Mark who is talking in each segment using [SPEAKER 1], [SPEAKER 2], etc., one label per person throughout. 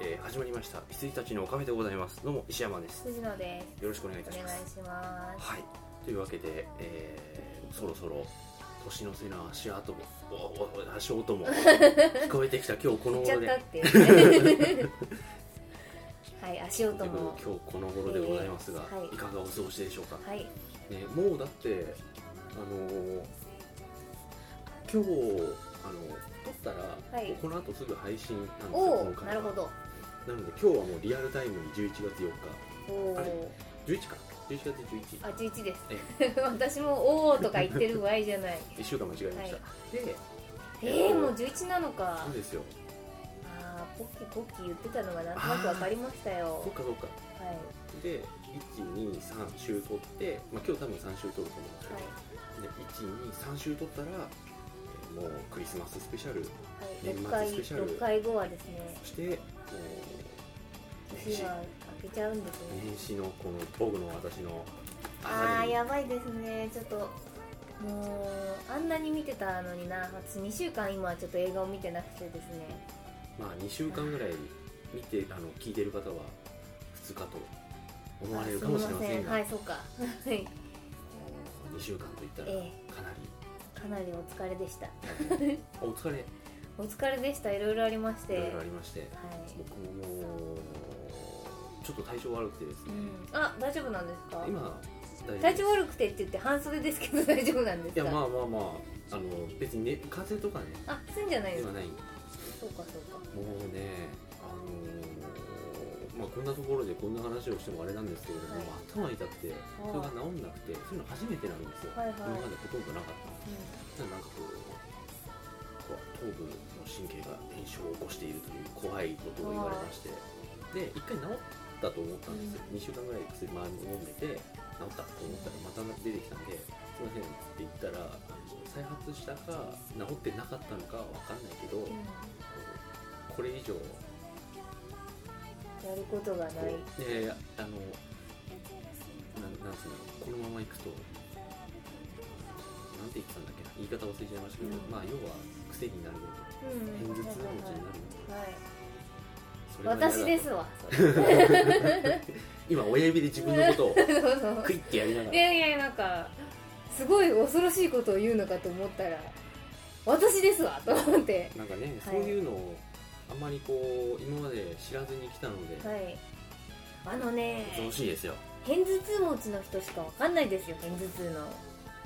[SPEAKER 1] えー始まりました羊たちのカフェでございますどうも石山ですよ
[SPEAKER 2] 藤野です。
[SPEAKER 1] ろしくお願いいた
[SPEAKER 2] お
[SPEAKER 1] し
[SPEAKER 2] 願い
[SPEAKER 1] ます
[SPEAKER 2] します。
[SPEAKER 1] はいというわけで、えーそろそろ年の瀬の足跡もおおお足 音も聞こえてきた今日この
[SPEAKER 2] 行っちゃ
[SPEAKER 1] 頃
[SPEAKER 2] っ
[SPEAKER 1] で
[SPEAKER 2] たっていう ね。はい、足音
[SPEAKER 1] 今
[SPEAKER 2] も
[SPEAKER 1] 日。この頃でございますが、
[SPEAKER 2] えーはい
[SPEAKER 1] い、かがお過ごしでしょうか、
[SPEAKER 2] はい。
[SPEAKER 1] ね、もうだってあのー今日あの撮ったら、
[SPEAKER 2] はい
[SPEAKER 1] この後すぐ配信なんですよ
[SPEAKER 2] お
[SPEAKER 1] 今
[SPEAKER 2] お、
[SPEAKER 1] 回
[SPEAKER 2] な
[SPEAKER 1] は
[SPEAKER 2] るほど。
[SPEAKER 1] なので今日はもうリアルタイムに11月4
[SPEAKER 2] お
[SPEAKER 1] あれ
[SPEAKER 2] お。
[SPEAKER 1] 日11か11月11
[SPEAKER 2] あ、11です。 私もおおとか言ってる場合じ ゃない。
[SPEAKER 1] 1週間間違えました、
[SPEAKER 2] は
[SPEAKER 1] で
[SPEAKER 2] ええ、もう11なのか
[SPEAKER 1] そう。ですよ
[SPEAKER 2] ああ、ポッキポッキ言ってたのがなんとなくわかりましたよ
[SPEAKER 1] そっ。かそっか
[SPEAKER 2] はい。はい。
[SPEAKER 1] で123週取って、まあ、今日多分3週取ると思うんですけど、で123週取ったらえーもうクリスマススペシャル
[SPEAKER 2] はい。
[SPEAKER 1] 年
[SPEAKER 2] 六
[SPEAKER 1] 末スペシャ
[SPEAKER 2] 回、
[SPEAKER 1] ル
[SPEAKER 2] 六回後はですね。
[SPEAKER 1] そしてもう年
[SPEAKER 2] 年
[SPEAKER 1] 始
[SPEAKER 2] が開けちゃうんですね。
[SPEAKER 1] 年始のこの僕の私の
[SPEAKER 2] あー
[SPEAKER 1] に
[SPEAKER 2] やばいですねちょっともうあんなに見てたのにな私2週間今ちょっと映画を見てなくてですね
[SPEAKER 1] まあ2週間ぐらい見てあの聞いてる方は2日と思われるかもしれま
[SPEAKER 2] あす
[SPEAKER 1] せんが
[SPEAKER 2] みませんはいそうかはい
[SPEAKER 1] 2週間といったら
[SPEAKER 2] え
[SPEAKER 1] かなり
[SPEAKER 2] えかなりお疲れでした
[SPEAKER 1] お疲れい
[SPEAKER 2] お疲れでしたいろいろありまして
[SPEAKER 1] ろいろありまして
[SPEAKER 2] はい、
[SPEAKER 1] 僕ももうちょっと体調悪くてです
[SPEAKER 2] う
[SPEAKER 1] ね、
[SPEAKER 2] ん、あ大丈夫なんですか
[SPEAKER 1] 今大
[SPEAKER 2] 体
[SPEAKER 1] 丈
[SPEAKER 2] 調悪くてって言って半袖ですけど大丈夫なんです
[SPEAKER 1] 夫
[SPEAKER 2] か
[SPEAKER 1] いやまあまあまああの別に、ね、風邪とかね
[SPEAKER 2] あすんじゃないで
[SPEAKER 1] ですは
[SPEAKER 2] か
[SPEAKER 1] ないも
[SPEAKER 2] そうかそうか
[SPEAKER 1] うねあのーまあこんなところでこんな話をしてもあれなんですけれども、
[SPEAKER 2] はい
[SPEAKER 1] 頭痛くてそれが治んなくてそういうの初めてなんですよ、
[SPEAKER 2] はいはい
[SPEAKER 1] 今までほとんどなかったなんかこうこう頭部の神経が炎症を起こしているという怖いことを言われましてで一回治ったと思ったんですよ、2週間ぐらい薬周りに飲んでて治ったと思ったらまた出てきたんで「すいません」って言ったらあの再発したか治ってなかったのかは分かんないけど、
[SPEAKER 2] うん、
[SPEAKER 1] こうこれ以上こ
[SPEAKER 2] うん、やることがないう
[SPEAKER 1] ねあのなんなんつうんだろうこのままいくとなんて言ってたんだっけな言い方忘れちゃいましたけど、
[SPEAKER 2] うん
[SPEAKER 1] まあ要は癖になるよと。
[SPEAKER 2] うん
[SPEAKER 1] 偏頭痛持ち
[SPEAKER 2] はい
[SPEAKER 1] になるの
[SPEAKER 2] はいはい
[SPEAKER 1] それは嫌
[SPEAKER 2] 私
[SPEAKER 1] だ
[SPEAKER 2] ですわそれ
[SPEAKER 1] 今親指で自分のことを
[SPEAKER 2] そうそう
[SPEAKER 1] クイッてやりなが
[SPEAKER 2] い
[SPEAKER 1] ら
[SPEAKER 2] やいやなんかすごい恐ろしいことを言うのかと思ったら私ですわと思って
[SPEAKER 1] なんかね
[SPEAKER 2] は
[SPEAKER 1] そう
[SPEAKER 2] い
[SPEAKER 1] いうのをあんまりこう今まで知らずに来たので
[SPEAKER 2] はいあのね
[SPEAKER 1] 恐ろしいですよ
[SPEAKER 2] 片頭痛持ちの人しかわかんないですよ片頭痛の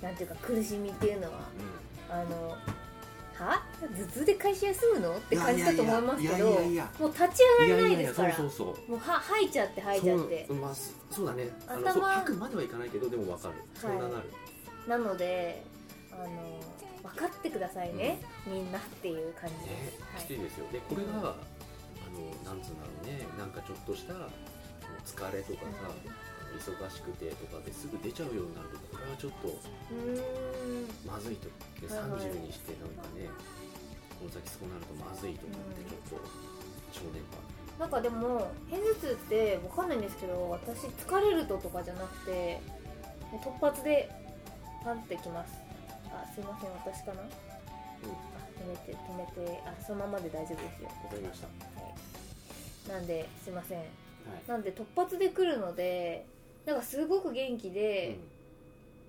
[SPEAKER 2] なんていうか苦しみっていうのはあのは頭痛で会社休むのって感じだと思いますけど
[SPEAKER 1] いやいやいやいやいやいや
[SPEAKER 2] もう立ち上がれない
[SPEAKER 1] い
[SPEAKER 2] です
[SPEAKER 1] やそ
[SPEAKER 2] か
[SPEAKER 1] う
[SPEAKER 2] ら
[SPEAKER 1] そ
[SPEAKER 2] も
[SPEAKER 1] うそう
[SPEAKER 2] うは吐いちゃって吐いちゃって
[SPEAKER 1] そう,、まあ、そそうだねあの
[SPEAKER 2] 頭
[SPEAKER 1] そう吐くまではいかないけどでも分かる、そんななる
[SPEAKER 2] なのであの分かってくださいね、みんなっていう感じ
[SPEAKER 1] ね
[SPEAKER 2] です、はい
[SPEAKER 1] きついですよでこれがあのなんつうんだろうねなんかちょっとしたその疲れとかさ、忙しくてとかですぐ出ちゃうようになるとこれはちょっと
[SPEAKER 2] うんうーん
[SPEAKER 1] まずいとで
[SPEAKER 2] はいはい
[SPEAKER 1] 30にしてなんかねこの先そうなるとまずいと思って
[SPEAKER 2] うん
[SPEAKER 1] ちょっと少年は
[SPEAKER 2] なんかでも片頭痛ってわかんないんですけど私疲れるととかじゃなくて突発でパンってきますあすいません私かな、あ止めて止めてあそのままで大丈夫ですよ
[SPEAKER 1] わかりましたは
[SPEAKER 2] なんですいません
[SPEAKER 1] い、
[SPEAKER 2] なんで突発で来るのでなんかすごく元気で、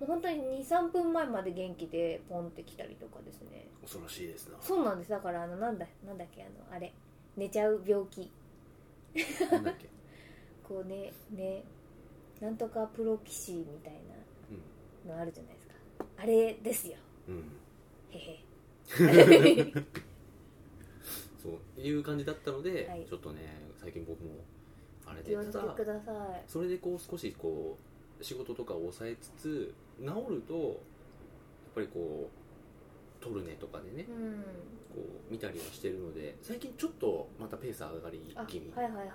[SPEAKER 2] もう本当に23分前まで元気でポンって来たりとかですね
[SPEAKER 1] うん、恐ろしいですな
[SPEAKER 2] そうなんですだからあのなんだなんだっけあのあれ寝ちゃう病気
[SPEAKER 1] なんだっけ、
[SPEAKER 2] こうねねなんとかプロ棋士みたいなのあるじゃないですかあれですよ
[SPEAKER 1] うんうん、
[SPEAKER 2] へへ
[SPEAKER 1] そういう感じだったので、
[SPEAKER 2] はい
[SPEAKER 1] ちょっとね最近僕もあれで
[SPEAKER 2] 呼んで
[SPEAKER 1] ただ
[SPEAKER 2] ください
[SPEAKER 1] それでこう少しこう仕事とかを抑えつつ治るとやっぱりこう取るねとかでね
[SPEAKER 2] うん
[SPEAKER 1] こう見たりはしてるので最近ちょっとまたペース上がり
[SPEAKER 2] あ
[SPEAKER 1] 気味
[SPEAKER 2] はいはいはいはい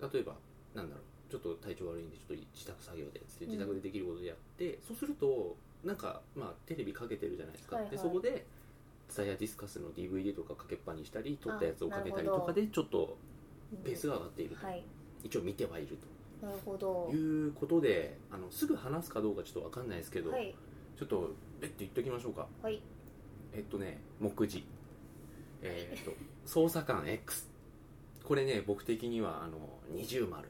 [SPEAKER 1] あの例えばなんだろうちょっと体調悪いんでちょっと自宅作業でっつって自宅でできることでやって、そうするとなんかまあテレビかけてるじゃないですか、
[SPEAKER 2] はいはい
[SPEAKER 1] でそこで「ツタヤディスカス」の DVD とかかけっぱにしたり撮ったやつをかけた
[SPEAKER 2] な
[SPEAKER 1] り
[SPEAKER 2] る
[SPEAKER 1] と
[SPEAKER 2] ほど
[SPEAKER 1] かでちょっと
[SPEAKER 2] うん
[SPEAKER 1] ペースが上がっていると、
[SPEAKER 2] はい
[SPEAKER 1] 一応見てはいる
[SPEAKER 2] なるほ
[SPEAKER 1] と
[SPEAKER 2] ど
[SPEAKER 1] いうことであのすぐ話すかどうかちょっと分かんないですけど、
[SPEAKER 2] はい
[SPEAKER 1] ちょっとベッて言っときましょうか
[SPEAKER 2] はい
[SPEAKER 1] えっとね目次えーっと捜査官 X これね僕的にはあの二重丸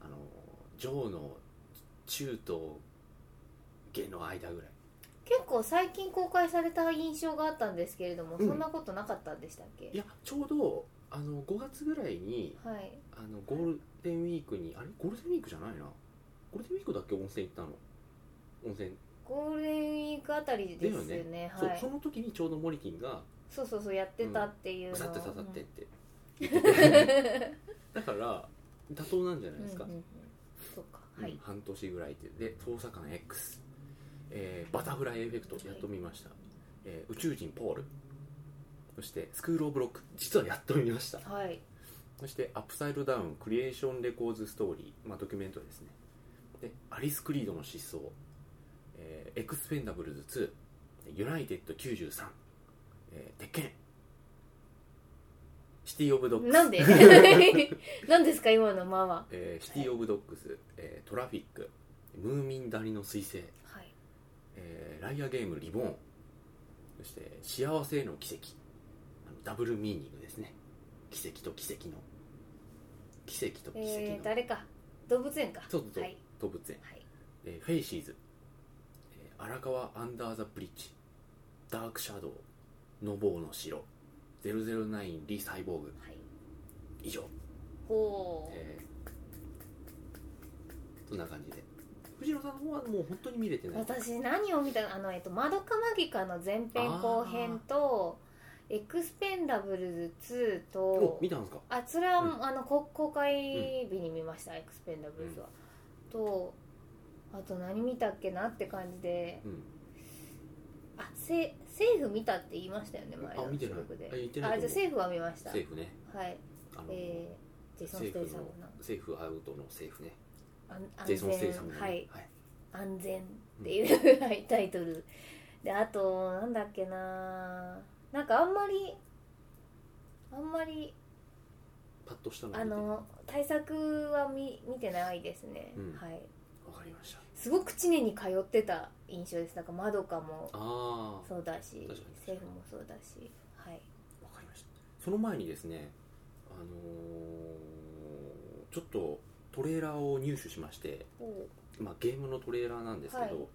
[SPEAKER 1] あの上の中と下の間ぐらい
[SPEAKER 2] 結構最近公開された印象があったんですけれども、
[SPEAKER 1] うん
[SPEAKER 2] そんなことなかったんでしたっけ
[SPEAKER 1] いやちょうどあの5月ぐらいに
[SPEAKER 2] はい
[SPEAKER 1] あのゴールデンウィークにあれゴールデンウィークじゃないなゴールデンウィークだっけ温泉行ったの温泉、
[SPEAKER 2] ゴールデンウィークあたりですよね
[SPEAKER 1] だよ
[SPEAKER 2] はい
[SPEAKER 1] そうその時にちょうどモリキンが
[SPEAKER 2] そうそうそうやってたっていう
[SPEAKER 1] 「
[SPEAKER 2] の
[SPEAKER 1] 刺さって刺さって」っ
[SPEAKER 2] う
[SPEAKER 1] て言っててだから妥当なんじゃない
[SPEAKER 2] ん
[SPEAKER 1] ですか、
[SPEAKER 2] うんうんうんそうかはい、
[SPEAKER 1] うん半年ぐらいってで捜査官 X、えーバタフライエフェクトやっと見ました、えー宇宙人ポールそしてスクール・オブ・ロック実はやっと見ました
[SPEAKER 2] はい
[SPEAKER 1] そしてアップサイドダウンクリエーション・レコーズ・ストーリー、まあ、ドキュメントですねでアリス・クリードの失踪、えーエクスペンダブルズ2ユナイテッド93、えー鉄拳シティ・オブ・ドッグス
[SPEAKER 2] なんで なんですか今のまあは
[SPEAKER 1] えーシティ・オブ・ドッグス、えートラフィックムーミン谷の彗星
[SPEAKER 2] はい
[SPEAKER 1] えーライアーゲームリボーンそして幸せへの奇跡あのダブルミーニングですね奇跡と奇跡の奇跡と奇跡の、
[SPEAKER 2] えー、誰か動物園か
[SPEAKER 1] そうそうそう
[SPEAKER 2] はい
[SPEAKER 1] 動物園、
[SPEAKER 2] はい
[SPEAKER 1] えーフェイシーズ、えー荒川アンダーザブリッジダークシャドウのぼうの城009リサイボーグ
[SPEAKER 2] はい
[SPEAKER 1] 以上、
[SPEAKER 2] ほう、
[SPEAKER 1] えーそんな感じで藤野さんの方はもう本当に見れてない
[SPEAKER 2] 私何を見たのあのえっと「まどかマギカ」の前編後編と「エクスペンダブルズ2
[SPEAKER 1] お
[SPEAKER 2] と」
[SPEAKER 1] 見たんですか
[SPEAKER 2] あそれは、
[SPEAKER 1] うん
[SPEAKER 2] あのこ公開日に見ました、エクスペンダブルズは、とあと何見たっけなって感じで
[SPEAKER 1] うん
[SPEAKER 2] あせ政府見たって言いましたよね前
[SPEAKER 1] あ
[SPEAKER 2] の
[SPEAKER 1] 見てない
[SPEAKER 2] 収録で
[SPEAKER 1] あ言ってな
[SPEAKER 2] あ
[SPEAKER 1] いと思う
[SPEAKER 2] じゃあ政府は見ました
[SPEAKER 1] セーフね
[SPEAKER 2] はい
[SPEAKER 1] あの
[SPEAKER 2] えー、ジェイソン・ステイさんのな
[SPEAKER 1] セーフアウトのセーフね
[SPEAKER 2] 安安
[SPEAKER 1] ジェ
[SPEAKER 2] 全
[SPEAKER 1] イソン・ステイさんのね
[SPEAKER 2] はい安全っていう、はいタイトルであとなんだっけななんかあんまりあんまり
[SPEAKER 1] パッとしたのが
[SPEAKER 2] あ
[SPEAKER 1] 出てるわ
[SPEAKER 2] の対策は見見てないですね、
[SPEAKER 1] うん
[SPEAKER 2] はい
[SPEAKER 1] かりました
[SPEAKER 2] すごく知念に通ってた印象ですなんかまどかも
[SPEAKER 1] ああ
[SPEAKER 2] そうだし
[SPEAKER 1] 確かに
[SPEAKER 2] 政府もそうだしはい
[SPEAKER 1] わかりましたその前にですねあのーちょっとトレーラーを入手しまして、
[SPEAKER 2] お
[SPEAKER 1] まあ、ゲームのトレーラーなんですけど、
[SPEAKER 2] はい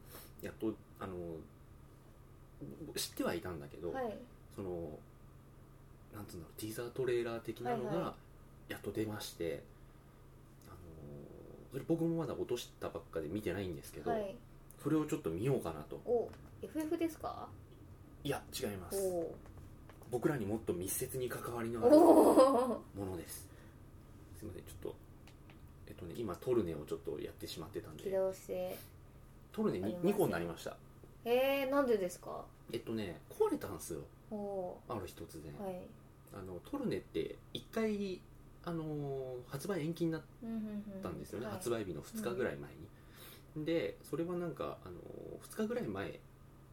[SPEAKER 1] やっとあのー知ってはいたんだけど、
[SPEAKER 2] はい
[SPEAKER 1] そのなんつうんだろうティザートレーラー的なの
[SPEAKER 2] はいは
[SPEAKER 1] がやっと出まして、あのーそれ僕もまだ落としたばっかで見てないんですけど、
[SPEAKER 2] はい
[SPEAKER 1] それをちょっと見ようかなと
[SPEAKER 2] お FF ですか
[SPEAKER 1] いや違いま
[SPEAKER 2] お
[SPEAKER 1] す
[SPEAKER 2] お
[SPEAKER 1] 僕らにもっと密接に関わりのある
[SPEAKER 2] お
[SPEAKER 1] ものですすいませんちょっとえっとね今トルネをちょっとやってしまってた ん
[SPEAKER 2] 起
[SPEAKER 1] で
[SPEAKER 2] 動して
[SPEAKER 1] トルネ
[SPEAKER 2] ありま
[SPEAKER 1] 2,
[SPEAKER 2] すよ
[SPEAKER 1] 個になりました
[SPEAKER 2] えー、なんでですか
[SPEAKER 1] えっとね壊れたんですよ
[SPEAKER 2] おお
[SPEAKER 1] ある日突然、
[SPEAKER 2] はい
[SPEAKER 1] あのトルネって1回あのー発売延期になっったたんですよね、
[SPEAKER 2] はい、
[SPEAKER 1] 発売日の2日ぐらい前に、でそれはなんか、あの2日ぐらい前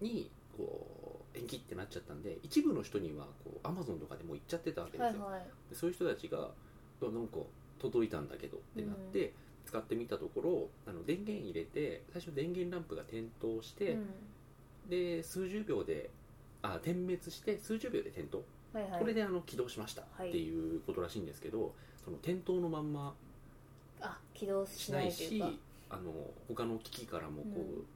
[SPEAKER 1] にこう延期ってなっちゃったんで一部の人にはこう Amazon とかでもう行っちゃってたわけですよ、
[SPEAKER 2] はいはい
[SPEAKER 1] でそういう人たちが「うわなんか届いたんだけど」ってなって、使ってみたところあの電源入れて最初電源ランプが点灯して、
[SPEAKER 2] うん
[SPEAKER 1] で数十秒であ点滅して数十秒で点灯
[SPEAKER 2] はいはい、
[SPEAKER 1] これであの起動しました
[SPEAKER 2] はい
[SPEAKER 1] っていうことらしいんですけど、その点灯のまんま
[SPEAKER 2] あ起動し
[SPEAKER 1] し
[SPEAKER 2] な
[SPEAKER 1] ないい
[SPEAKER 2] と
[SPEAKER 1] し
[SPEAKER 2] いうか
[SPEAKER 1] あの他の機器からもこう、
[SPEAKER 2] うん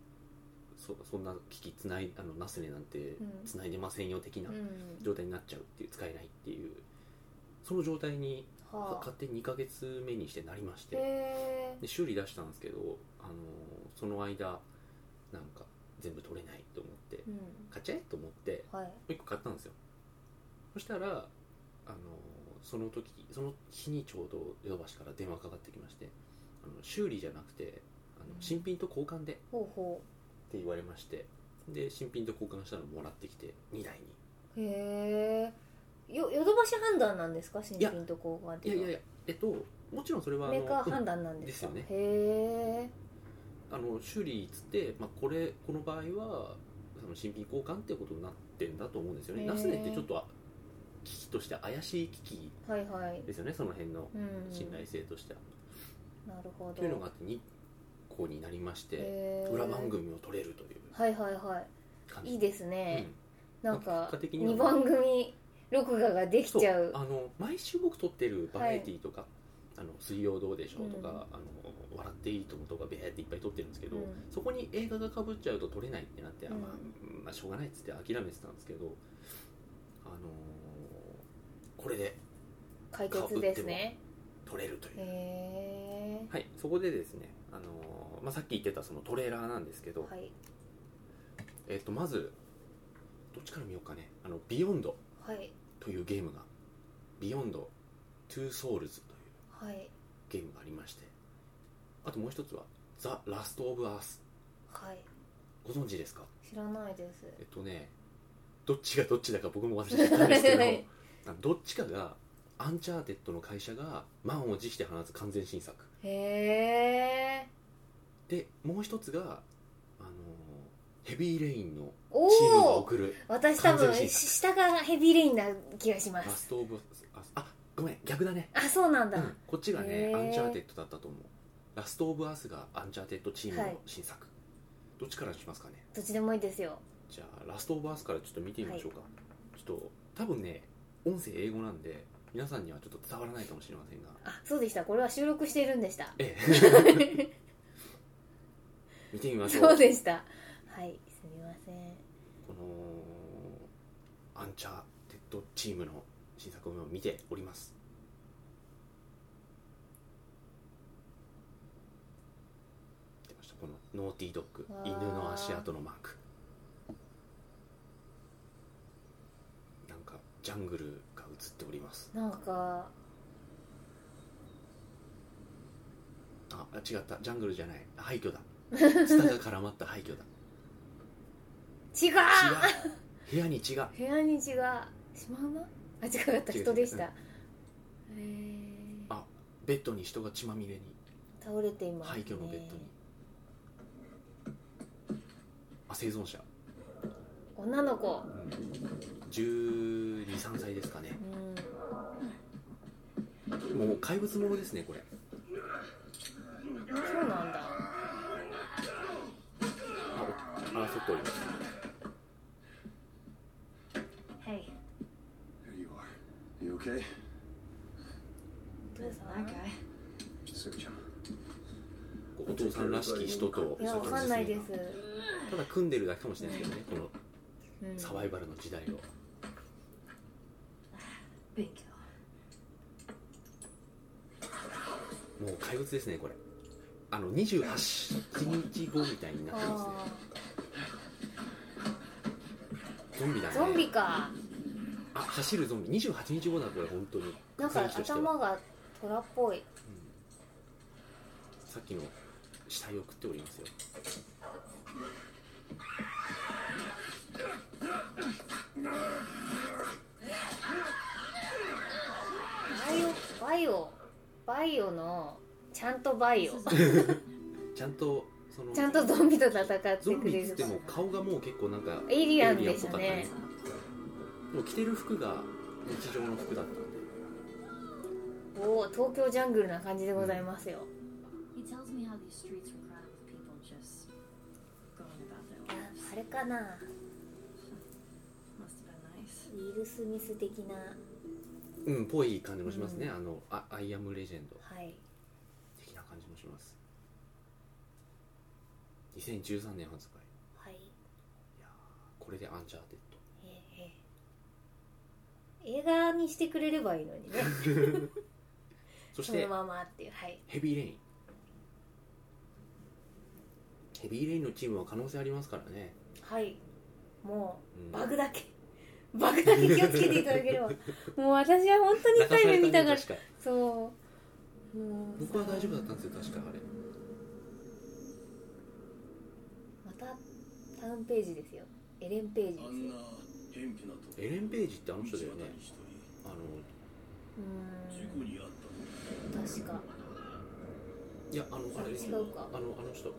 [SPEAKER 1] そそんな機器つないあのナスネなんて
[SPEAKER 2] うん
[SPEAKER 1] つないでませんよ的な
[SPEAKER 2] うん
[SPEAKER 1] 状態になっちゃうっていう使えないっていうその状態にか
[SPEAKER 2] はあ
[SPEAKER 1] 勝手に2ヶ月目にしてなりまして
[SPEAKER 2] へえ
[SPEAKER 1] で修理出したんですけどあのその間なんか全部取れないと思って
[SPEAKER 2] うん
[SPEAKER 1] 買っちゃえと思って
[SPEAKER 2] はい
[SPEAKER 1] もう1個買ったんですよそしたらあのその時その日にちょうどヨドバシから電話かかってきましてあの修理じゃなくてあの新品と交換でっ
[SPEAKER 2] ほうほ
[SPEAKER 1] て言われましてで新品と交換したのもらってきて2台に
[SPEAKER 2] うへえよヨドバシ判断なんですか新品と交換って
[SPEAKER 1] いや
[SPEAKER 2] い
[SPEAKER 1] いうや
[SPEAKER 2] の
[SPEAKER 1] いやえっともちろんそれは
[SPEAKER 2] は
[SPEAKER 1] あの
[SPEAKER 2] メーカー
[SPEAKER 1] うん
[SPEAKER 2] 判断なんですか、
[SPEAKER 1] ですよね
[SPEAKER 2] へえ
[SPEAKER 1] あの修理っつって、まあ、これこの場合はその新品交換ってことになってんだと思うんですよね
[SPEAKER 2] へー
[SPEAKER 1] ナスネってちょっとあ機器として怪しい機器
[SPEAKER 2] はいはい
[SPEAKER 1] ですよねその辺の
[SPEAKER 2] うん
[SPEAKER 1] 信頼性としては、
[SPEAKER 2] なるほど
[SPEAKER 1] というのがあって2個になりまして
[SPEAKER 2] へー
[SPEAKER 1] 裏番組を取れるという
[SPEAKER 2] はいはいは
[SPEAKER 1] 感
[SPEAKER 2] い
[SPEAKER 1] じ
[SPEAKER 2] いいですね、なん
[SPEAKER 1] まあ
[SPEAKER 2] か
[SPEAKER 1] 結果的には
[SPEAKER 2] 2番組録画ができちゃう
[SPEAKER 1] そあの毎週僕撮ってるバラエティーとか、あの水曜どうでしょうとか、
[SPEAKER 2] うん
[SPEAKER 1] あの笑っていいと思うとかベーっていっぱい撮ってるんですけど、
[SPEAKER 2] うん
[SPEAKER 1] そこに映画がかぶっちゃうと撮れないってなって、あまあ
[SPEAKER 2] う
[SPEAKER 1] まあしょうがないっつって諦めてたんですけどあのーこれで
[SPEAKER 2] 解決ですね
[SPEAKER 1] 撮れるという、
[SPEAKER 2] へえ
[SPEAKER 1] はいそこでですねあのーまあ、さっき言ってたそのトレーラーなんですけど、
[SPEAKER 2] はい
[SPEAKER 1] えっとまずどっちから見ようかね「あのビヨンド
[SPEAKER 2] はい
[SPEAKER 1] というゲームが「ビヨンドトゥーソウルズという
[SPEAKER 2] はい
[SPEAKER 1] ゲームがありましてあともう一つは「ザ・ラスト・オブ・アース
[SPEAKER 2] はい」
[SPEAKER 1] ご存知ですか
[SPEAKER 2] 知らないです
[SPEAKER 1] えっとねどっちがどっちだか僕も忘れちゃったんですけ ど
[SPEAKER 2] はい
[SPEAKER 1] あのどっちかがアンチャーテッドの会社が満を持して放つ完全新作
[SPEAKER 2] へえ
[SPEAKER 1] でもう一つが、あのーヘビーレインの
[SPEAKER 2] お
[SPEAKER 1] チームが
[SPEAKER 2] お
[SPEAKER 1] 送る
[SPEAKER 2] 私多
[SPEAKER 1] 完全
[SPEAKER 2] 分
[SPEAKER 1] に
[SPEAKER 2] し下がヘビーレインな気がしま
[SPEAKER 1] ラ
[SPEAKER 2] す
[SPEAKER 1] スト・オブ・アースあごめん逆だね
[SPEAKER 2] あそうなんだ、
[SPEAKER 1] うん、こっちが
[SPEAKER 2] へ
[SPEAKER 1] ね
[SPEAKER 2] ー
[SPEAKER 1] アンチャーテッドだったと思うラスト・オブ・アースがアンチャーテッドチームの新作、どっちからしますかね
[SPEAKER 2] どっちでもいいですよ
[SPEAKER 1] じゃあラスト・オブ・アースからちょっと見てみましょうか、ちょっと多分ね音声英語なんで皆さんにはちょっと伝わらないかもしれませんが
[SPEAKER 2] あそうでしたこれは収録しているんでした
[SPEAKER 1] ええ 見てみましょう
[SPEAKER 2] そうでしたはいすみません
[SPEAKER 1] このアンチャーテッドチームの新作を見ております出ましたこのノーティードッグ
[SPEAKER 2] わー
[SPEAKER 1] 犬の足跡のマークなんかジャングルが映っております
[SPEAKER 2] なんか
[SPEAKER 1] ああ違ったジャングルじゃない廃 墟だツタが絡まった廃墟だ
[SPEAKER 2] 違う
[SPEAKER 1] 違う部屋に血が
[SPEAKER 2] 部屋に血がしまうなあ違かった
[SPEAKER 1] 違う
[SPEAKER 2] 人でし
[SPEAKER 1] 違
[SPEAKER 2] た
[SPEAKER 1] う
[SPEAKER 2] へー
[SPEAKER 1] あベッドに人が血まみれに
[SPEAKER 2] 倒れています、
[SPEAKER 1] 廃
[SPEAKER 2] ね、
[SPEAKER 1] 墟のベッドにあ生存者
[SPEAKER 2] 女の子
[SPEAKER 1] 1 2 3歳ですかね
[SPEAKER 2] うん
[SPEAKER 1] もう怪物ものですねこれ
[SPEAKER 2] そうなんだ
[SPEAKER 1] あお争っております
[SPEAKER 3] Hey,
[SPEAKER 4] There you are. You okay?
[SPEAKER 2] お父さ
[SPEAKER 3] that
[SPEAKER 2] ん
[SPEAKER 3] guy.
[SPEAKER 4] Suchan.
[SPEAKER 1] お父さんらしき人と
[SPEAKER 2] いやわ
[SPEAKER 1] その
[SPEAKER 2] かんないです、
[SPEAKER 1] ただ組んでるだけかもしれないですけどねこの
[SPEAKER 2] うん、
[SPEAKER 1] サバイバルの時代を
[SPEAKER 3] Bingo.
[SPEAKER 1] もう怪物ですねこれあの28日後みたいになってますね
[SPEAKER 2] あ
[SPEAKER 1] ゾンビだ
[SPEAKER 2] ー
[SPEAKER 1] ね
[SPEAKER 2] ゾンビか
[SPEAKER 1] あ走るゾンビ28日後なんだこれ本当に
[SPEAKER 2] なんか
[SPEAKER 1] 雰囲気としては
[SPEAKER 2] 頭が虎っぽい
[SPEAKER 1] さっきの死体を食っておりますよ
[SPEAKER 2] バイオバイオバイオのちゃんとバイ オ
[SPEAKER 1] ちゃんとその
[SPEAKER 2] ちゃんとゾンビと戦って
[SPEAKER 1] ゾン
[SPEAKER 2] く
[SPEAKER 1] ビ
[SPEAKER 2] れ
[SPEAKER 1] っつっ
[SPEAKER 2] る
[SPEAKER 1] ても顔がもう結構なんか
[SPEAKER 2] エイリアンでした
[SPEAKER 1] エイリアンっ
[SPEAKER 2] ね
[SPEAKER 1] ぽかったもう着てる服が日常の服だったんで
[SPEAKER 2] おお東京ジャングルな感じでございますよ、
[SPEAKER 3] He tells me how these streets were crowded with people just going about their
[SPEAKER 2] あ
[SPEAKER 3] lives.
[SPEAKER 2] あれかな
[SPEAKER 3] Must have been nice.
[SPEAKER 2] ウィル・スミス的な
[SPEAKER 1] うんぽい感じもしますね、
[SPEAKER 2] う
[SPEAKER 1] あのあアイアムレジェンド
[SPEAKER 2] はい
[SPEAKER 1] 的な感じもします2013年発売
[SPEAKER 2] はい
[SPEAKER 1] これでアンチャーテッド
[SPEAKER 2] ええ映画にしてくれればいいのにね
[SPEAKER 1] そし
[SPEAKER 2] そ
[SPEAKER 1] て
[SPEAKER 2] のままっていうはい
[SPEAKER 1] ヘビーレインヘビーレインのチームは可能性ありますからね、
[SPEAKER 2] はいも
[SPEAKER 1] うん
[SPEAKER 2] うバグだけバグだけ気をつけていただけ ればもう私は本当に痛い目見たから
[SPEAKER 1] 泣されね確か
[SPEAKER 2] そうもう
[SPEAKER 1] 僕は大丈夫だったんですよ確かあれ
[SPEAKER 2] またタウンページですよエレンページですよう
[SPEAKER 1] エレン・ページってあの人だよねあの
[SPEAKER 2] ーん確か
[SPEAKER 1] いやあのあれです
[SPEAKER 2] 違
[SPEAKER 1] よ
[SPEAKER 2] うか
[SPEAKER 1] あのあの人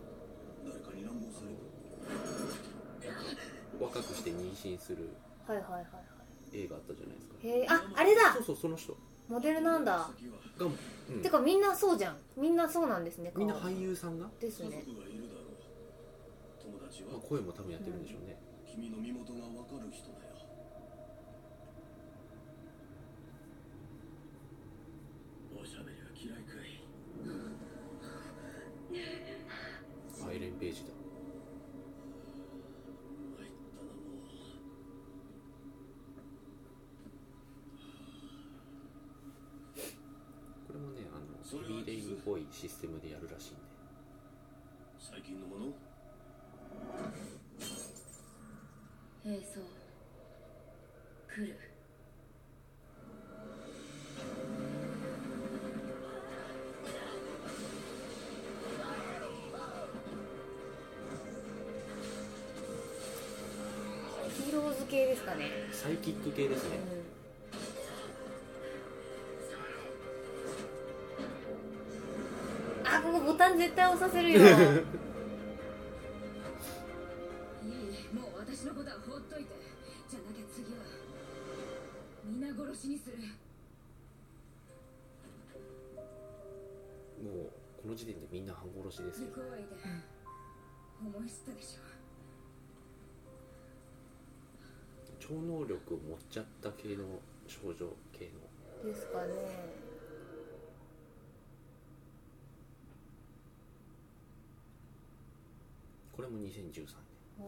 [SPEAKER 1] 若くして妊娠する
[SPEAKER 2] はいはいはいは
[SPEAKER 1] 映画あったじゃないですか
[SPEAKER 2] いへえああれだ
[SPEAKER 1] そうそうその人
[SPEAKER 2] モデルなんだ、
[SPEAKER 1] が、うん、
[SPEAKER 2] てかみんなそうじゃんみんなそうなんですね
[SPEAKER 1] みんな
[SPEAKER 2] 顔
[SPEAKER 1] 俳優さんが、ま
[SPEAKER 2] ですね
[SPEAKER 1] あ、声も多分やってるんでしょうね、
[SPEAKER 5] 君の身元がわかる人だよしゃべりは嫌いかい
[SPEAKER 1] アイレン・ページだ
[SPEAKER 5] 参ったなもう
[SPEAKER 1] これもねあのヘビーレインっぽいシステムでやるらしいんで
[SPEAKER 5] 最近のもの
[SPEAKER 3] 兵装来る
[SPEAKER 2] ヒーローズ系ですかね、
[SPEAKER 1] サイキック系ですね
[SPEAKER 2] うあここボタン絶対押させ るよ
[SPEAKER 6] いやいやもう私のことは放っといてじゃなきゃ次は皆殺しにする
[SPEAKER 1] もうこの時点でみんな半殺しです
[SPEAKER 6] 不
[SPEAKER 1] よ
[SPEAKER 6] 行為で思い知ったでしょ
[SPEAKER 1] 超能力を持っちゃった系の症状系の
[SPEAKER 2] ですかね
[SPEAKER 1] これも2013年
[SPEAKER 2] あ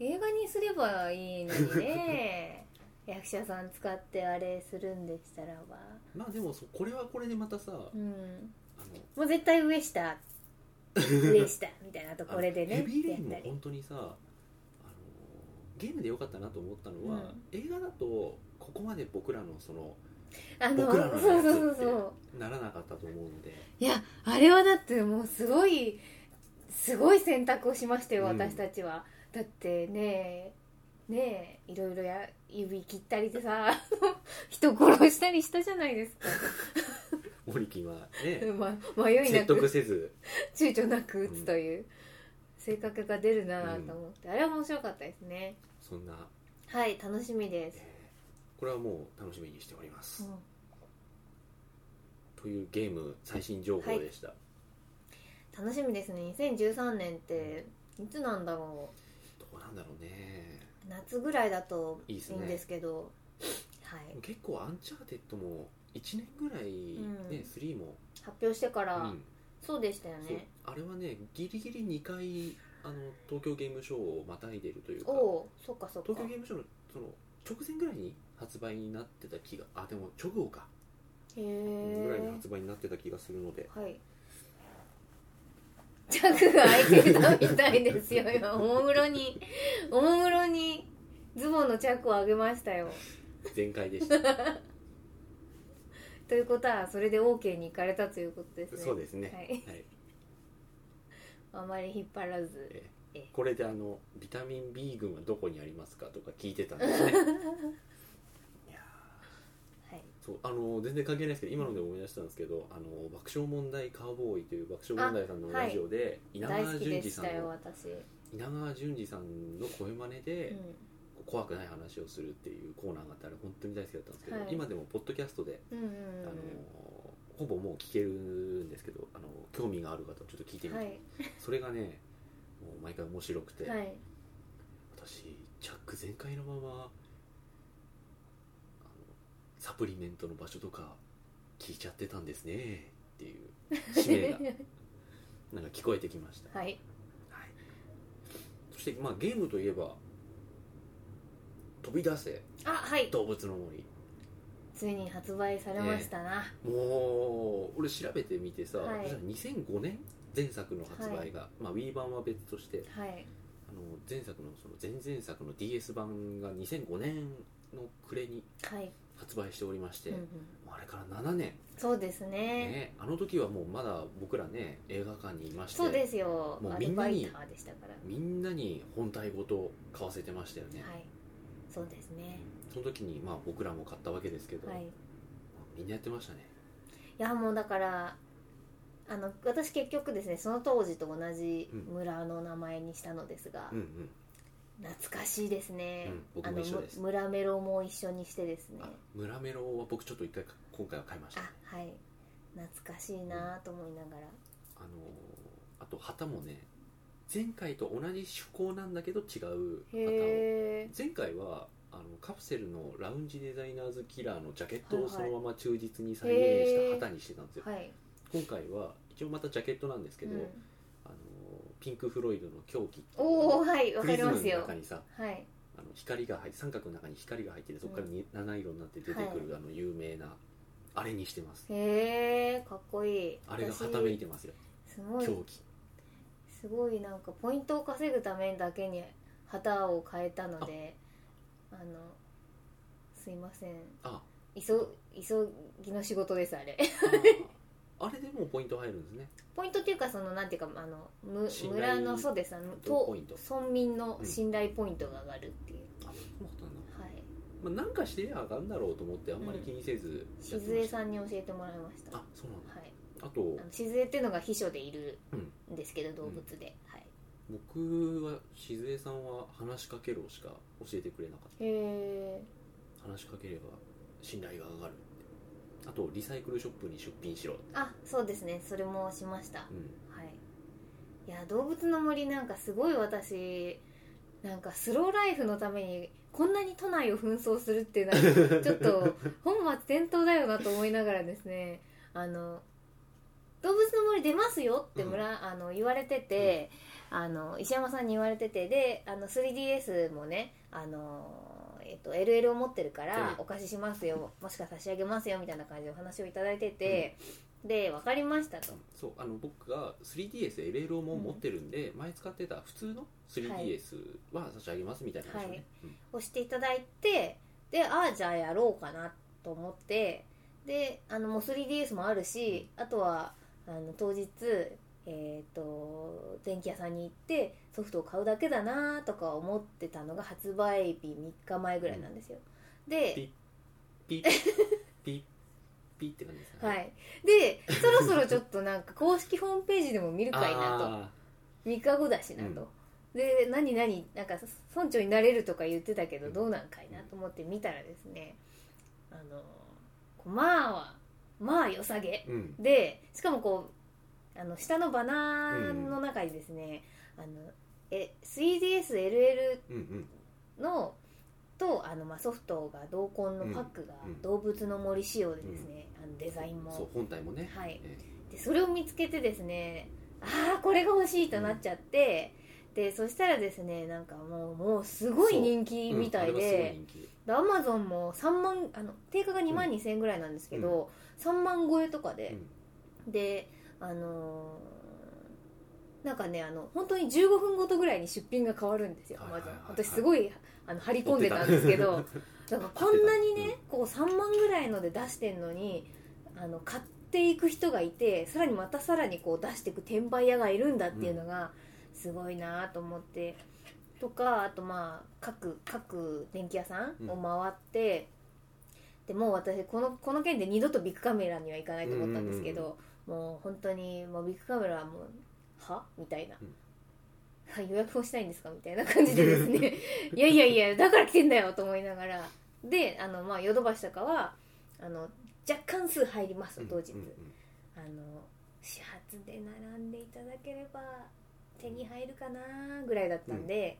[SPEAKER 2] ー映画にすればいいのに ね役者さん使ってあれするんでしたらば
[SPEAKER 1] まあでもそこれはこれでまたさ、
[SPEAKER 2] うん
[SPEAKER 1] あの
[SPEAKER 2] もう絶対上 下上下みたいなとこれで
[SPEAKER 1] あ
[SPEAKER 2] ね
[SPEAKER 1] のヘビーレイ
[SPEAKER 2] や
[SPEAKER 1] ンも
[SPEAKER 2] ったり
[SPEAKER 1] 本当にさあのゲームでよかったなと思ったのは、映画だとここまで僕らのその
[SPEAKER 2] あの
[SPEAKER 1] 僕らの
[SPEAKER 2] そうそう
[SPEAKER 1] や
[SPEAKER 2] そう
[SPEAKER 1] つ
[SPEAKER 2] そう
[SPEAKER 1] ってならなかったと思うので
[SPEAKER 2] いやあれはだってもうすごいすごい選択をしましたよ
[SPEAKER 1] うん
[SPEAKER 2] 私たちは、だってねえねえいろいろや指切ったりでさ 人殺したりしたじゃないですか、
[SPEAKER 1] モリキンは ね
[SPEAKER 2] ま、迷いな
[SPEAKER 1] 説得
[SPEAKER 2] く
[SPEAKER 1] せず
[SPEAKER 2] 躊躇なく打つという性格が出るなぁと思って、あれは面白かったですね
[SPEAKER 1] そんな、
[SPEAKER 2] はい楽しみで
[SPEAKER 1] え
[SPEAKER 2] す、
[SPEAKER 1] ーこれはもう楽しみにしております、
[SPEAKER 2] うん
[SPEAKER 1] というゲーム最新情報でした、
[SPEAKER 2] 楽しみですね2013年っていつなんだろ
[SPEAKER 1] どうなんだろうね
[SPEAKER 2] う夏ぐらいだとい
[SPEAKER 1] いい
[SPEAKER 2] い
[SPEAKER 1] ですね
[SPEAKER 2] んですけどはい
[SPEAKER 1] 結構アンチャーテッドも1年ぐらい、ね
[SPEAKER 2] うん
[SPEAKER 1] 3も、
[SPEAKER 2] 発表してから、
[SPEAKER 1] うん
[SPEAKER 2] そうでしたよ
[SPEAKER 1] そう
[SPEAKER 2] ね
[SPEAKER 1] あれはねギリギリ2回あの東京ゲームショーをまたいでるというか
[SPEAKER 2] おおうそっかそっか
[SPEAKER 1] 東京ゲームショーのその直前ぐらいに発売になってた気があでも直後か
[SPEAKER 2] へ
[SPEAKER 1] ぐらいの
[SPEAKER 2] え
[SPEAKER 1] 発売になってた気がするので
[SPEAKER 2] はい 着が開いてたみたいですよ 今おもむろにおもむろにズボンのチャックを上げましたよ
[SPEAKER 1] 全開でした
[SPEAKER 2] ということはそれで OK に行かれたということですね
[SPEAKER 1] そうですね
[SPEAKER 2] はい、
[SPEAKER 1] はい
[SPEAKER 2] あまり引っ張らず
[SPEAKER 1] ええこれであのビタミン B 群はどこにありますかとか聞いてたんですね いや
[SPEAKER 2] はい
[SPEAKER 1] ーそうあの全然関係ないですけど今ので思い出したんですけど、あの爆笑問題カウボーイという爆笑問題さんの
[SPEAKER 2] あはい
[SPEAKER 1] ラジオで、稲
[SPEAKER 2] 大
[SPEAKER 1] 川
[SPEAKER 2] 好き
[SPEAKER 1] 淳
[SPEAKER 2] で
[SPEAKER 1] 二
[SPEAKER 2] し
[SPEAKER 1] さん
[SPEAKER 2] たよ
[SPEAKER 1] の
[SPEAKER 2] 私、
[SPEAKER 1] 稲川淳二さんの声真似で、
[SPEAKER 2] う
[SPEAKER 1] 怖くない話をするっていうコーナーがあったら本当に大好きだったんですけど、
[SPEAKER 2] はい
[SPEAKER 1] 今でもポッドキャストで、
[SPEAKER 2] ん、うんうんう
[SPEAKER 1] あのほぼもう聞けるんですけどあの興味がある方はちょっと聞いて
[SPEAKER 2] ん
[SPEAKER 1] みて、
[SPEAKER 2] はい
[SPEAKER 1] それがねもう毎回面白くて、
[SPEAKER 2] はい
[SPEAKER 1] 私チャック全開のままあのサプリメントの場所とか聞いちゃってたんですねっていう 使命がなんか聞こえてきました
[SPEAKER 2] はい
[SPEAKER 1] はい、そして、まあ、ゲームといえば「飛び出せ
[SPEAKER 2] あはい
[SPEAKER 1] 動物の森
[SPEAKER 2] ついに発売されましたな、」
[SPEAKER 1] もう俺調べてみてさ、
[SPEAKER 2] はい
[SPEAKER 1] そしたら2005年前作の発売が、まあ、Wii 版は別として
[SPEAKER 2] はい
[SPEAKER 1] あの前作のその前々作の DS 版が2005年の暮れに
[SPEAKER 2] はい、
[SPEAKER 1] 発売しておりまして、
[SPEAKER 2] うんうん、
[SPEAKER 1] もうあれから7年、
[SPEAKER 2] そうですね
[SPEAKER 1] ね、あの時はもうまだ僕らね映画館にいまして
[SPEAKER 2] そうですよ
[SPEAKER 1] もう
[SPEAKER 2] ア
[SPEAKER 1] み
[SPEAKER 2] ル
[SPEAKER 1] ん
[SPEAKER 2] バ
[SPEAKER 1] な
[SPEAKER 2] イ
[SPEAKER 1] に
[SPEAKER 2] ターでしたから、
[SPEAKER 1] みんなに本体ごと買わせてましたよね、
[SPEAKER 2] はいそうですね
[SPEAKER 1] その時にまあ僕らも買ったわけですけど、
[SPEAKER 2] はいい
[SPEAKER 1] みんなやってましたね
[SPEAKER 2] やもうだからあの私結局ですねその当時と同じ村の名前にしたのですが、
[SPEAKER 1] うんうん
[SPEAKER 2] 懐かしいですね、
[SPEAKER 1] うん僕も
[SPEAKER 2] あの
[SPEAKER 1] 一緒です
[SPEAKER 2] む村メロも一緒にしてですね
[SPEAKER 1] あ村メロは僕ちょっと一回今回は買いましたね
[SPEAKER 2] あはい懐かしいなと思いながら、
[SPEAKER 1] あのーあと旗もね前回と同じ趣向なんだけど違う旗を
[SPEAKER 2] へえ
[SPEAKER 1] 前回はあのカプセルのラウンジデザイナーズキラーのジャケット
[SPEAKER 2] はい
[SPEAKER 1] を
[SPEAKER 2] はい
[SPEAKER 1] そのまま忠実に再現
[SPEAKER 2] へ
[SPEAKER 1] し
[SPEAKER 2] ー
[SPEAKER 1] た旗にしてたんですよ、
[SPEAKER 2] はい
[SPEAKER 1] 今回は一応またジャケットなんですけど、
[SPEAKER 2] うん
[SPEAKER 1] あのピンク・フロイドの狂気っていう
[SPEAKER 2] おおはいわ
[SPEAKER 1] プ
[SPEAKER 2] か
[SPEAKER 1] リ
[SPEAKER 2] り
[SPEAKER 1] ズム
[SPEAKER 2] ま
[SPEAKER 1] の
[SPEAKER 2] すよ
[SPEAKER 1] 中にさ
[SPEAKER 2] はい
[SPEAKER 1] あの光が入って三角の中に光が入っててそこからに七色になって出てくる、あの有名なあれにしてます
[SPEAKER 2] へえかっこいい
[SPEAKER 1] あれが
[SPEAKER 2] 私
[SPEAKER 1] はためいてますよ
[SPEAKER 2] すごい
[SPEAKER 1] 狂気
[SPEAKER 2] すごいなんかポイントを稼ぐためだけに旗を変えたのであのすいません
[SPEAKER 1] あ
[SPEAKER 2] 急急ぎの仕事ですあれ
[SPEAKER 1] あーあれでもうポイント入るんですね
[SPEAKER 2] ポイントっていうかそのなんていうかあのむ
[SPEAKER 1] 信頼
[SPEAKER 2] 村のそうですあの
[SPEAKER 1] ポ
[SPEAKER 2] と
[SPEAKER 1] イント
[SPEAKER 2] 村民の信頼ポイントが上がるっていう、
[SPEAKER 1] あそうだったんだ
[SPEAKER 2] はい
[SPEAKER 1] まあ、なんかしてりゃあかんだろうと思ってあんまり気にせずやって
[SPEAKER 2] 静
[SPEAKER 1] ま
[SPEAKER 2] 江
[SPEAKER 1] した
[SPEAKER 2] さんに教えてもらいました
[SPEAKER 1] あそうなんだ
[SPEAKER 2] はい
[SPEAKER 1] あと
[SPEAKER 2] あの静江っていうのが秘書でいる
[SPEAKER 1] うん
[SPEAKER 2] んですけど、動物で、はい
[SPEAKER 1] 僕は静江さんは話しかけろしか教えてくれなかっ
[SPEAKER 2] へえ
[SPEAKER 1] た話しかければ信頼が上がるってあとリサイクルショップに出品しろ
[SPEAKER 2] あそうですねそれもしました
[SPEAKER 1] うん
[SPEAKER 2] はいいや動物の森なんかすごい私なんかスローライフのためにこんなに都内を紛争するっていうのはちょっと本末転倒だよなと思いながらですね あの動物の森出ますよって村、あの言われてて、あの石山さんに言われててであの 3DS もねあのえっと、LL を持ってるから
[SPEAKER 1] う
[SPEAKER 2] お貸ししますよ、もしくは差し上げますよみたいな感じでお話をいただいてて、で分かりましたと、
[SPEAKER 1] そうあの僕が 3DSLL も持ってるんで、前使ってた普通の 3DS は差し上げますみたいな話をね、うん
[SPEAKER 2] 押していただいてでああじゃあやろうかなと思ってであのもう 3DS もあるし、あとはあの当日えー、と電気屋さんに行ってソフトを買うだけだなとか思ってたのが発売日3日前ぐらいなんですよ、で、
[SPEAKER 1] ピッピッピッって感じですね
[SPEAKER 2] はい、でそろそろちょっとなんか公式ホームページでも見るかいなと
[SPEAKER 1] あ
[SPEAKER 2] 3日後だしなと、で何何なんか村長になれるとか言ってたけど
[SPEAKER 1] うん
[SPEAKER 2] どうなんかいなと思って見たらですねあのこうまあはまあ良さげ
[SPEAKER 1] ーうん
[SPEAKER 2] でしかもこうあの下のバナーの中にですね、あのえ 3DSLL
[SPEAKER 1] うんうん
[SPEAKER 2] のとあの、まあ、ソフトが同梱のパックが
[SPEAKER 1] うんうん
[SPEAKER 2] 動物の森仕様でですね、あのデザイン
[SPEAKER 1] そう
[SPEAKER 2] も
[SPEAKER 1] 本体もね、
[SPEAKER 2] はい
[SPEAKER 1] え
[SPEAKER 2] でそれを見つけてですねああこれが欲しいとなっちゃって、でそしたらですねなんかもうもうすごい人気
[SPEAKER 1] うん
[SPEAKER 2] みたい
[SPEAKER 1] あれはすごい
[SPEAKER 2] で
[SPEAKER 1] 人気
[SPEAKER 2] でアマゾンも3万あの定価が2万2000円ぐらいなんですけど、3万超えとか
[SPEAKER 1] う
[SPEAKER 2] で、
[SPEAKER 1] ん
[SPEAKER 2] であのーなんかねあの本当に15分ごとぐらいに出品が変わるんですよア
[SPEAKER 1] はいは
[SPEAKER 2] マ
[SPEAKER 1] い
[SPEAKER 2] ゾ
[SPEAKER 1] は
[SPEAKER 2] ン
[SPEAKER 1] いはい
[SPEAKER 2] 私すごいあの張り込んでたんですけどだからこ んなにね、こう3万ぐらいので出してんのにあの買っていく人がいてさらにまたさらにこう出していく転売屋がいるんだっていうのがすごいなと思って、とかあとまあ各各電気屋さんを回って、でもう私このこの件で二度とビッグカメラには行かないと思ったんですけど、もう本当にもうビッグカメラはもうはみたいな。
[SPEAKER 1] うん
[SPEAKER 2] はい 予約をしたいんですかみたいな感じでです ねいやいやいやだから来てんだよと思いながらであのまあヨドバシとかはあの若干数入りますと当日、
[SPEAKER 1] うんうん
[SPEAKER 2] あの始発で並んでいただければ手に入るかなぐらいだったんで、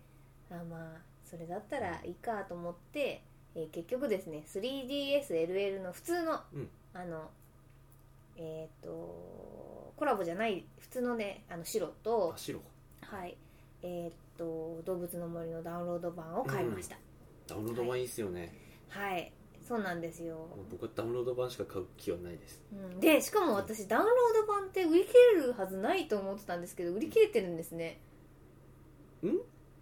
[SPEAKER 2] あまあそれだったらいいかと思って、えー結局ですね 3DSLL の普通の、
[SPEAKER 1] うん
[SPEAKER 2] あのえっ、とコラボじゃない普通のねあの白
[SPEAKER 1] うん
[SPEAKER 2] と
[SPEAKER 1] あ白
[SPEAKER 2] はいえっ、と「動物の森」のダウンロード版を買いました、
[SPEAKER 1] ダウンロード版いいっすよね、
[SPEAKER 2] はいそうなんですよ、
[SPEAKER 1] まあ僕はダウンロード版しか買う気はないです
[SPEAKER 2] うんでしかも私ダウンロード版って売り切れるはずないと思ってたんですけど売り切れてるんですね
[SPEAKER 1] ん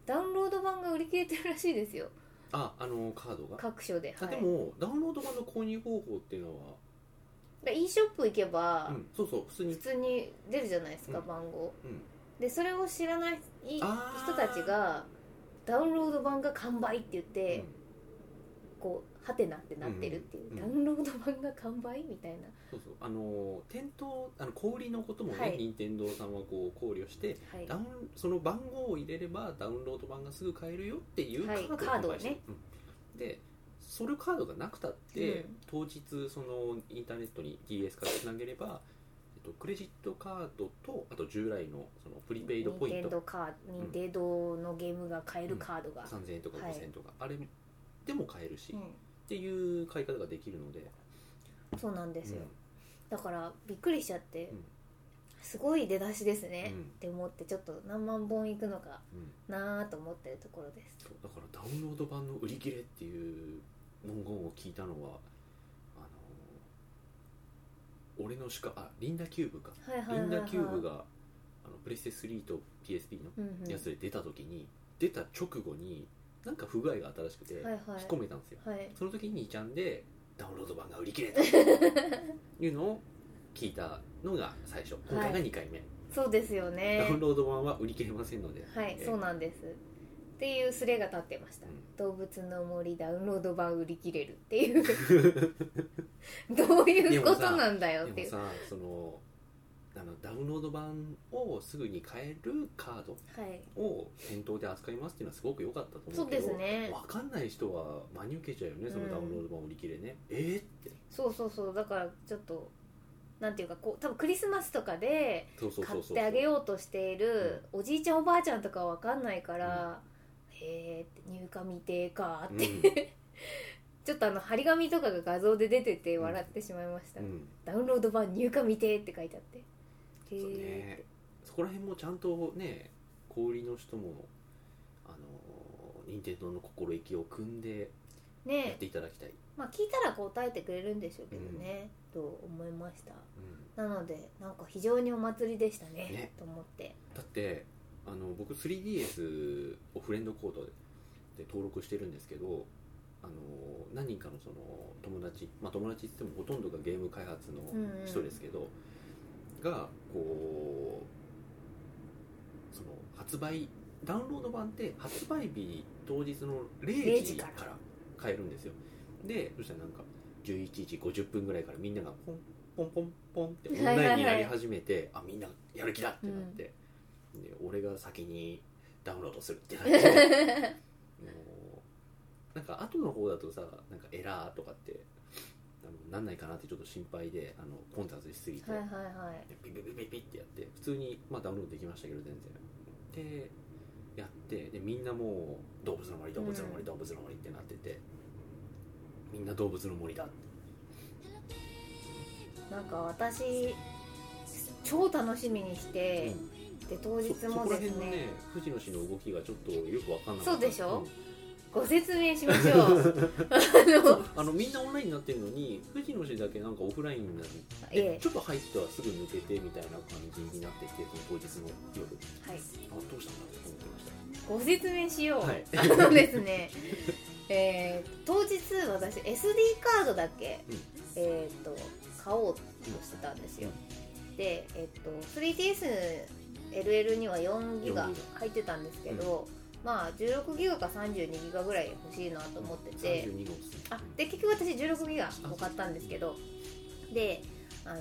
[SPEAKER 2] ダウンロード版が売り切れてるらしいですよ
[SPEAKER 1] ああのカードが
[SPEAKER 2] 各所で、
[SPEAKER 1] あ
[SPEAKER 2] はい、
[SPEAKER 1] でもダウンロード版の購入方法っていうのは、
[SPEAKER 2] で e ショップ行けば
[SPEAKER 1] う、ん、そうそう普通
[SPEAKER 2] 普
[SPEAKER 1] に、
[SPEAKER 2] 通に出るじゃないですか、
[SPEAKER 1] うん
[SPEAKER 2] 番号
[SPEAKER 1] うん、
[SPEAKER 2] でそれを知らない人
[SPEAKER 1] あー
[SPEAKER 2] たちがダウンロード版が完売って言って、
[SPEAKER 1] うん
[SPEAKER 2] こうハテナってなってるっていう、
[SPEAKER 1] うんうん
[SPEAKER 2] ダウンロード版が完売みたいな
[SPEAKER 1] そうそうあの店頭あの小売りのこともね、
[SPEAKER 2] はい
[SPEAKER 1] 任天堂さんはこう考慮して
[SPEAKER 2] はい
[SPEAKER 1] ダウンその番号を入れればダウンロード版がすぐ買えるよっていうカ
[SPEAKER 2] はい
[SPEAKER 1] ードを
[SPEAKER 2] カードを
[SPEAKER 1] 販売してる
[SPEAKER 2] ね、
[SPEAKER 1] うんでそれカードがなくたって、
[SPEAKER 2] うん
[SPEAKER 1] 当日そのインターネットに DS からつなげれば、えっと、クレジットカードとあと従来のそのプリペイドポイン
[SPEAKER 2] 任天
[SPEAKER 1] ト
[SPEAKER 2] 堂カード任天堂のゲームが買えるカードが、
[SPEAKER 1] 3000円とか
[SPEAKER 2] はい
[SPEAKER 1] 5000円とか、あれっても買えるし、
[SPEAKER 2] う
[SPEAKER 1] っ
[SPEAKER 2] ん、
[SPEAKER 1] ていう買い方ができるので、
[SPEAKER 2] そうなんですよ、
[SPEAKER 1] うん
[SPEAKER 2] だからびっくりしちゃって、
[SPEAKER 1] うん
[SPEAKER 2] すごい出だしですね、
[SPEAKER 1] うん
[SPEAKER 2] って思ってちょっと何万本いくのか
[SPEAKER 1] うん
[SPEAKER 2] なーと思ってるところです
[SPEAKER 1] そうだからダウンロード版の売り切れっていう文言を聞いたのはあの俺のしかあリンダキューブか、
[SPEAKER 2] はいはいはい、はい、
[SPEAKER 1] リンダキューブがあのプレステ3と PSP の
[SPEAKER 2] うんうん
[SPEAKER 1] やつで出た時に、出た直後になんか不具合が新しくて引
[SPEAKER 2] はい
[SPEAKER 1] っ
[SPEAKER 2] はい
[SPEAKER 1] 込めたんですよ、
[SPEAKER 2] はい
[SPEAKER 1] その時に2ちゃんでダウンロード版が売り切 れたいうのを聞いたのが最初今回が2回目、
[SPEAKER 2] そうですよ
[SPEAKER 1] ダ
[SPEAKER 2] ね
[SPEAKER 1] ウンロード版は売り切れませんので
[SPEAKER 2] はい
[SPEAKER 1] えー
[SPEAKER 2] そうなんですっていうスレが立ってました、
[SPEAKER 1] うん
[SPEAKER 2] 動物の森ダウンロード版売り切れるっていう どういうことなんだよって
[SPEAKER 1] で
[SPEAKER 2] い
[SPEAKER 1] も
[SPEAKER 2] う
[SPEAKER 1] さそのあのダウンロード版をすぐに買えるカード
[SPEAKER 2] はい
[SPEAKER 1] を店頭で扱いますっていうのはすごく良かったと思
[SPEAKER 2] そうう
[SPEAKER 1] け
[SPEAKER 2] で
[SPEAKER 1] ど
[SPEAKER 2] すね
[SPEAKER 1] 分かんない人は真に受けちゃうよねそのダウンロード版売り切れね、えーって
[SPEAKER 2] そうそうそうだからちょっとなんていうかこう多分クリスマスとかで
[SPEAKER 1] そうそうそ
[SPEAKER 2] 買
[SPEAKER 1] う
[SPEAKER 2] っ
[SPEAKER 1] そう
[SPEAKER 2] てあげようとしているおじいちゃんおばあちゃんとかは分かんないから、へえ入荷未定かって、ちょっとあの張り紙とかが画像で出てて笑ってしまいました、
[SPEAKER 1] うん、うん
[SPEAKER 2] ダウンロード版入荷未定って書いてあってへ
[SPEAKER 1] そう
[SPEAKER 2] え、
[SPEAKER 1] ねそこら辺もちゃんとね小売りの人もあの任天堂の心意気を組んで
[SPEAKER 2] ね
[SPEAKER 1] やっていただきたい、
[SPEAKER 2] まあ聞いたら答えてくれるんでしょうけどね、と思いました
[SPEAKER 1] うん、
[SPEAKER 2] なのでなんか非常にお祭りでしたね
[SPEAKER 1] ね
[SPEAKER 2] と思って
[SPEAKER 1] だってあの僕 3DS をフレンドコードでで登録してるんですけどあの何人かのその友達、まあ、友達って言ってもほとんどがゲーム開発の
[SPEAKER 2] うんうん
[SPEAKER 1] 人ですけど、がこうその発売ダウンロード版って発売日当日の0
[SPEAKER 2] 0時
[SPEAKER 1] 時
[SPEAKER 2] か
[SPEAKER 1] からら買えるんですよでそしたらなんか11時50分ぐらいからみんながポンポンポンポンってオンラインになり始めて、あみんなやる気だってなって、で俺が先にダウンロードするっ てなってもうなんか後の方だとさなんかエラーとかってあのなんないかなってちょっと心配であの混雑しすぎて、
[SPEAKER 2] はいはいはい
[SPEAKER 1] でピピピピピってやって普通に、まあ、ダウンロードできましたけど全然でやってでみんなもう動物の森動物の森、
[SPEAKER 2] うん
[SPEAKER 1] 動物の森ってなっててみんな動物の森だって
[SPEAKER 2] なんか私超楽しみにして、で当日
[SPEAKER 1] そそ
[SPEAKER 2] も
[SPEAKER 1] こら
[SPEAKER 2] で
[SPEAKER 1] 辺
[SPEAKER 2] す
[SPEAKER 1] のね
[SPEAKER 2] ね
[SPEAKER 1] 藤野氏の動きがちょっとよくわかんなかった
[SPEAKER 2] そうでしょ
[SPEAKER 1] ん
[SPEAKER 2] ご説明しましょ う
[SPEAKER 1] そうあのみんなオンラインになってるのに藤野氏だけなんかオフラインになって
[SPEAKER 2] いえ
[SPEAKER 1] ちょっと入ったらすぐ抜けてみたいな感じになってきてその当日の夜
[SPEAKER 2] はい
[SPEAKER 1] あどうしたんだろうと思ってまし
[SPEAKER 2] ご説明しよう、
[SPEAKER 1] はい
[SPEAKER 2] あのですねえー当日私 SD カードだけ、
[SPEAKER 1] うん
[SPEAKER 2] えー、と買おうとしてたんですよ、で、えっと 3DSLL には4ギガ
[SPEAKER 1] 4ギ
[SPEAKER 2] 入ってたんですけど、まあ16ギガか32ギガぐらい欲しいなと思って
[SPEAKER 1] た
[SPEAKER 2] て、
[SPEAKER 1] 32号室
[SPEAKER 2] あで結局私16ギガを買ったんですけどであのー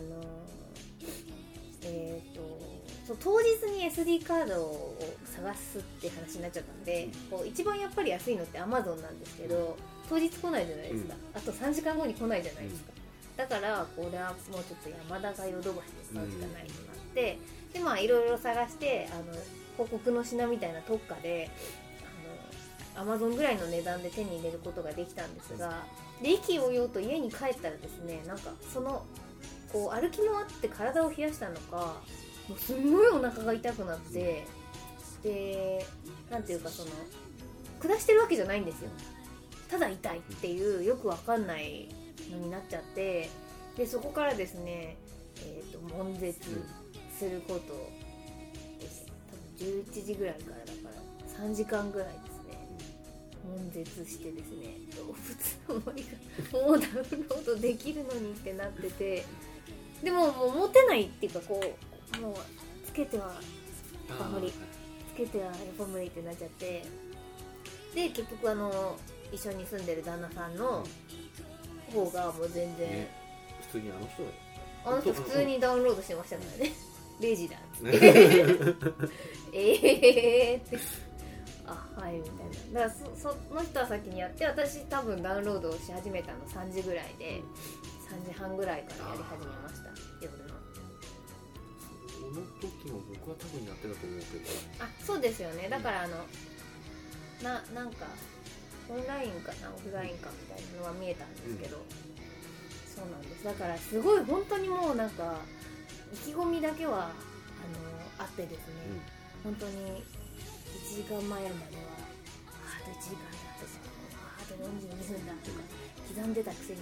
[SPEAKER 2] えっ、とそう当日に SD カードを探すって話になっちゃったんで、こう一番やっぱり安いのって Amazon なんですけど当日来ないじゃないですか、あと3時間後に来ないじゃないですか、だからこれはもうちょっと山田がヨドバシで買うしかないとなって、でまあいろいろ探してあの広告の品みたいな特価であの Amazon ぐらいの値段で手に入れることができたんですがで意気揚々と家に帰ったらですねなんかそのこう歩き回って体を冷やしたのかもうすんごいお腹が痛くなってでなんていうかその下してるわけじゃないんですよただ痛いっていうよくわかんないのになっちゃってでそこからですねえー、と悶絶することです多分11時ぐらいからだから3時間ぐらいですね悶絶してですね動物の森がもうダウンロードできるのにってなっててでももう持てないっていうかこうもうつけては
[SPEAKER 1] あ
[SPEAKER 2] あんまりつけてはやっぱ無理ってなっちゃってで結局あの一緒に住んでる旦那さんの方がもう全然、
[SPEAKER 1] ね普通にあの人だよ
[SPEAKER 2] あの人普通にダウンロードしてましたからね0時だ ええーってあはいみたいなだからそその人は先にやって私多分ダウンロードし始めたの3時ぐらいで3時半ぐらいからやり始めました夜の
[SPEAKER 1] その時も僕は多分やってたと思うけど
[SPEAKER 2] あそうですよねだからあのななんかオンラインかなオフラインかみたいなのは見えたんですけど、そうなんですだからすごい本当にもうなんか意気込みだけはあのあってですね、本当に1時間前まではあと1時間だとかあと42分だとか刻んでたくせに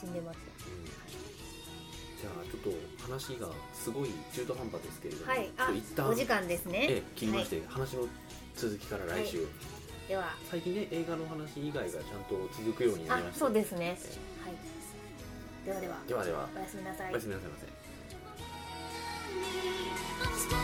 [SPEAKER 2] 死んでまし
[SPEAKER 1] うんじゃあちょっと話がすごい中途半端ですけれども、
[SPEAKER 2] たはいあ
[SPEAKER 1] ちょっと一旦
[SPEAKER 2] お時間ですね、
[SPEAKER 1] ええ切りまして、話の続きから来週、
[SPEAKER 2] はいでは
[SPEAKER 1] 最近ね映画の話以外がちゃんと続くようにな
[SPEAKER 2] あ
[SPEAKER 1] りました
[SPEAKER 2] そうですね
[SPEAKER 1] え
[SPEAKER 2] はいではでは
[SPEAKER 1] えではでは
[SPEAKER 2] おやすみなさい
[SPEAKER 1] おやすみなさいませ
[SPEAKER 7] I'm still